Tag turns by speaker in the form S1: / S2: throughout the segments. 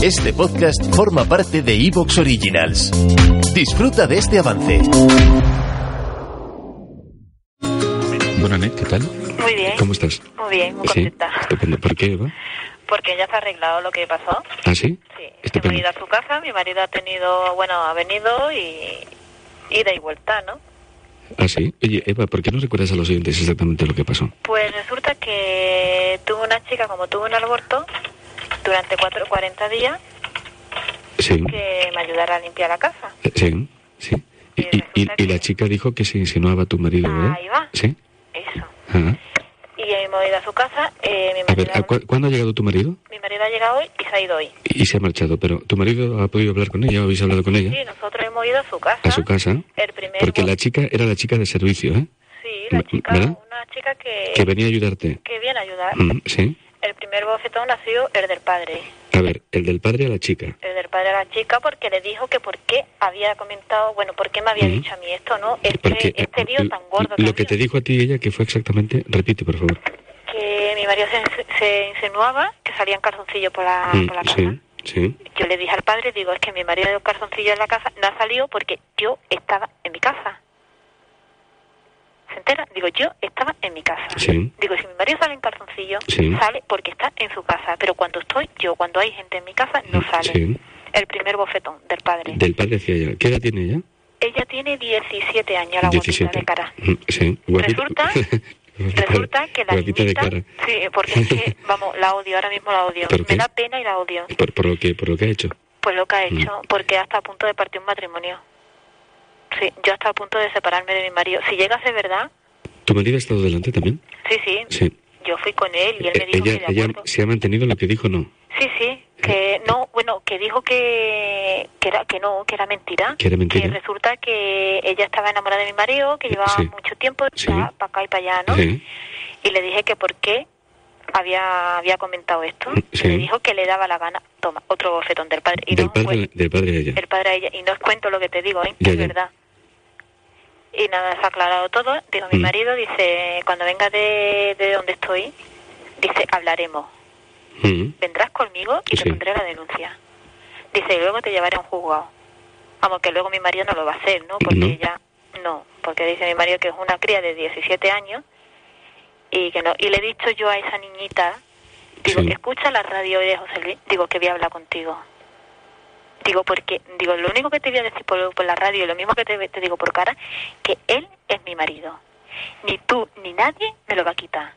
S1: Este podcast forma parte de Evox Originals. Disfruta de este avance.
S2: Bueno, Anet, ¿qué tal?
S3: Muy bien.
S2: ¿Cómo estás?
S3: Muy bien, muy
S2: Sí,
S3: contenta.
S2: estupendo. ¿Por qué, Eva?
S3: Porque ya está arreglado lo que pasó.
S2: ¿Ah, sí?
S3: Sí.
S2: Estupendo.
S3: Hemos ido a su casa, mi marido ha tenido, bueno, ha venido y ida y vuelta, ¿no?
S2: ¿Ah, sí? Oye, Eva, ¿por qué no recuerdas a los oyentes exactamente lo que pasó?
S3: Pues resulta que tuvo una chica, como tuvo un aborto, durante cuatro, 40 días,
S2: Sí,
S3: que me ayudara a limpiar la casa.
S2: eh, sí, sí. Y, y- y- y la chica dijo que se insinuaba tu marido, ¿verdad?
S3: Ah, Ahí va.
S2: Sí.
S3: Eso.
S2: Ajá.
S3: Y hemos ido a su casa, eh, mi,
S2: A ver,
S3: marido,
S2: ¿a cu- ¿cuándo ha llegado tu marido?
S3: mi marido ha llegado hoy y se ha ido hoy.
S2: Y y se ha marchado, pero ¿tu marido ha podido hablar con ella? ¿O ¿Habéis hablado con ella?
S3: Sí, nosotros hemos ido a su casa.
S2: ¿A su casa?
S3: El primer...
S2: Porque la chica era la chica de servicio, ¿eh?
S3: Sí, la chica,
S2: ¿verdad?
S3: una chica que,
S2: Que venía a ayudarte.
S3: que viene a ayudar.
S2: Mm, Sí.
S3: El primer bofetón ha sido el del padre.
S2: A ver, el del padre a la chica.
S3: El del padre a la chica porque le dijo que por qué había comentado, bueno, por qué me había
S2: Ujú.
S3: dicho a mí esto, ¿no?
S2: Porque
S3: Este, este
S2: eh,
S3: lío
S2: l-
S3: tan gordo que,
S2: lo que te
S3: había.
S2: dijo a ti ella que fue exactamente, repite por favor.
S3: Que mi marido se, ins- se insinuaba que salían calzoncillos por la,
S2: Mm,
S3: por Ah, la casa.
S2: sí, sí.
S3: Yo le dije al padre, digo, es que mi marido de calzoncillos en la casa no ha salido porque yo estaba en mi casa. ¿Se entera? Digo, yo estaba en mi casa.
S2: Sí.
S3: Digo, si mi marido sale en calzoncillo,
S2: Sí.
S3: sale porque está en su casa. Pero cuando estoy yo, cuando hay gente en mi casa, no sale.
S2: Mm, Sí.
S3: El primer bofetón del padre.
S2: Del padre hacia ella. ¿Qué edad tiene ella?
S3: Ella tiene 17 años, la guapita de cara.
S2: Mm, Sí. Guapita-
S3: Resulta-
S2: Guapita-
S3: Resulta que la
S2: guapita de
S3: niñita...
S2: cara.
S3: Sí, porque es que, vamos, la odio, ahora mismo la odio.
S2: ¿Por qué?
S3: Me da pena y la odio.
S2: Por, por lo que por lo que ha hecho.
S3: Pues lo que ha
S2: Mm.
S3: hecho, porque hasta a punto de partir un matrimonio. Sí, yo hasta a punto de separarme de mi marido. Si llega a ser verdad,
S2: ¿Tu marido ha estado delante también?
S3: sí, sí,
S2: Sí.
S3: yo fui con él y él me
S2: Eh,
S3: dijo
S2: ella Eh,
S3: que de
S2: ella
S3: acuerdo.
S2: se ha mantenido lo que dijo no,
S3: Sí, sí, que no, bueno, que dijo que, que era que no, que era mentira.
S2: Que era mentira.
S3: Que resulta que ella estaba enamorada de mi marido, que llevaba
S2: Sí.
S3: mucho tiempo
S2: Sí.
S3: para acá y para allá, ¿no?
S2: Sí.
S3: Y le dije que por qué había había comentado esto.
S2: Mm, Sí.
S3: Y le dijo que le daba la gana. Toma, otro bofetón del padre. Y
S2: del
S3: no,
S2: padre
S3: pues,
S2: del padre a ella.
S3: el padre a ella. Y no os cuento lo que te digo, ¿eh?
S2: Ya,
S3: es
S2: ya.
S3: verdad. Y nada, se ha aclarado todo. Digo, mi
S2: Mm.
S3: marido dice, cuando venga de, de donde estoy, dice, hablaremos.
S2: Mm,
S3: Vendrás conmigo y
S2: Sí.
S3: te pondré la denuncia. Dice, y luego te llevaré a un juzgado. Vamos, que luego mi marido no lo va a hacer, ¿no? Porque
S2: No.
S3: ella, no, porque dice mi marido que es una cría de 17 años y que no. Y le he dicho yo a esa niñita, digo,
S2: Sí.
S3: escucha la radio hoy de José Luis, digo que voy a hablar contigo. Digo, porque, digo, lo único que te voy a decir por, por la radio y lo mismo que te, te digo por cara, que él es mi marido. Ni tú ni nadie me lo va a quitar.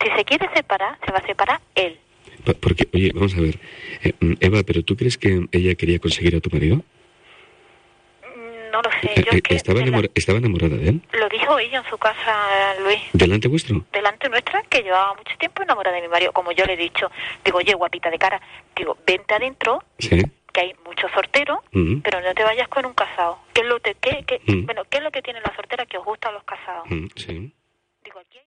S3: Si se quiere separar, se va a separar él.
S2: pa- Porque, oye, vamos a ver. Eh, mm, Eva, ¿pero tú crees que ella quería conseguir a tu marido?
S3: No lo sé, yo
S2: Eh,
S3: es
S2: eh,
S3: que
S2: estaba,
S3: de la-
S2: enamor- estaba enamorada de él.
S3: lo dijo ella en su casa, Luis,
S2: ¿Delante vuestro?
S3: delante nuestra, que llevaba mucho tiempo enamorada de mi marido, como yo le he dicho. Digo, oye, guapita de cara, digo, vente adentro,
S2: Sí.
S3: que hay muchos sorteros,
S2: Mm,
S3: pero no te vayas con un casado. ¿Qué es lo, que- qué- qué-
S2: Mm.
S3: bueno, ¿qué es lo que tienen las sorteras que os gustan los casados?
S2: mm, sí.
S3: Digo, aquí hay-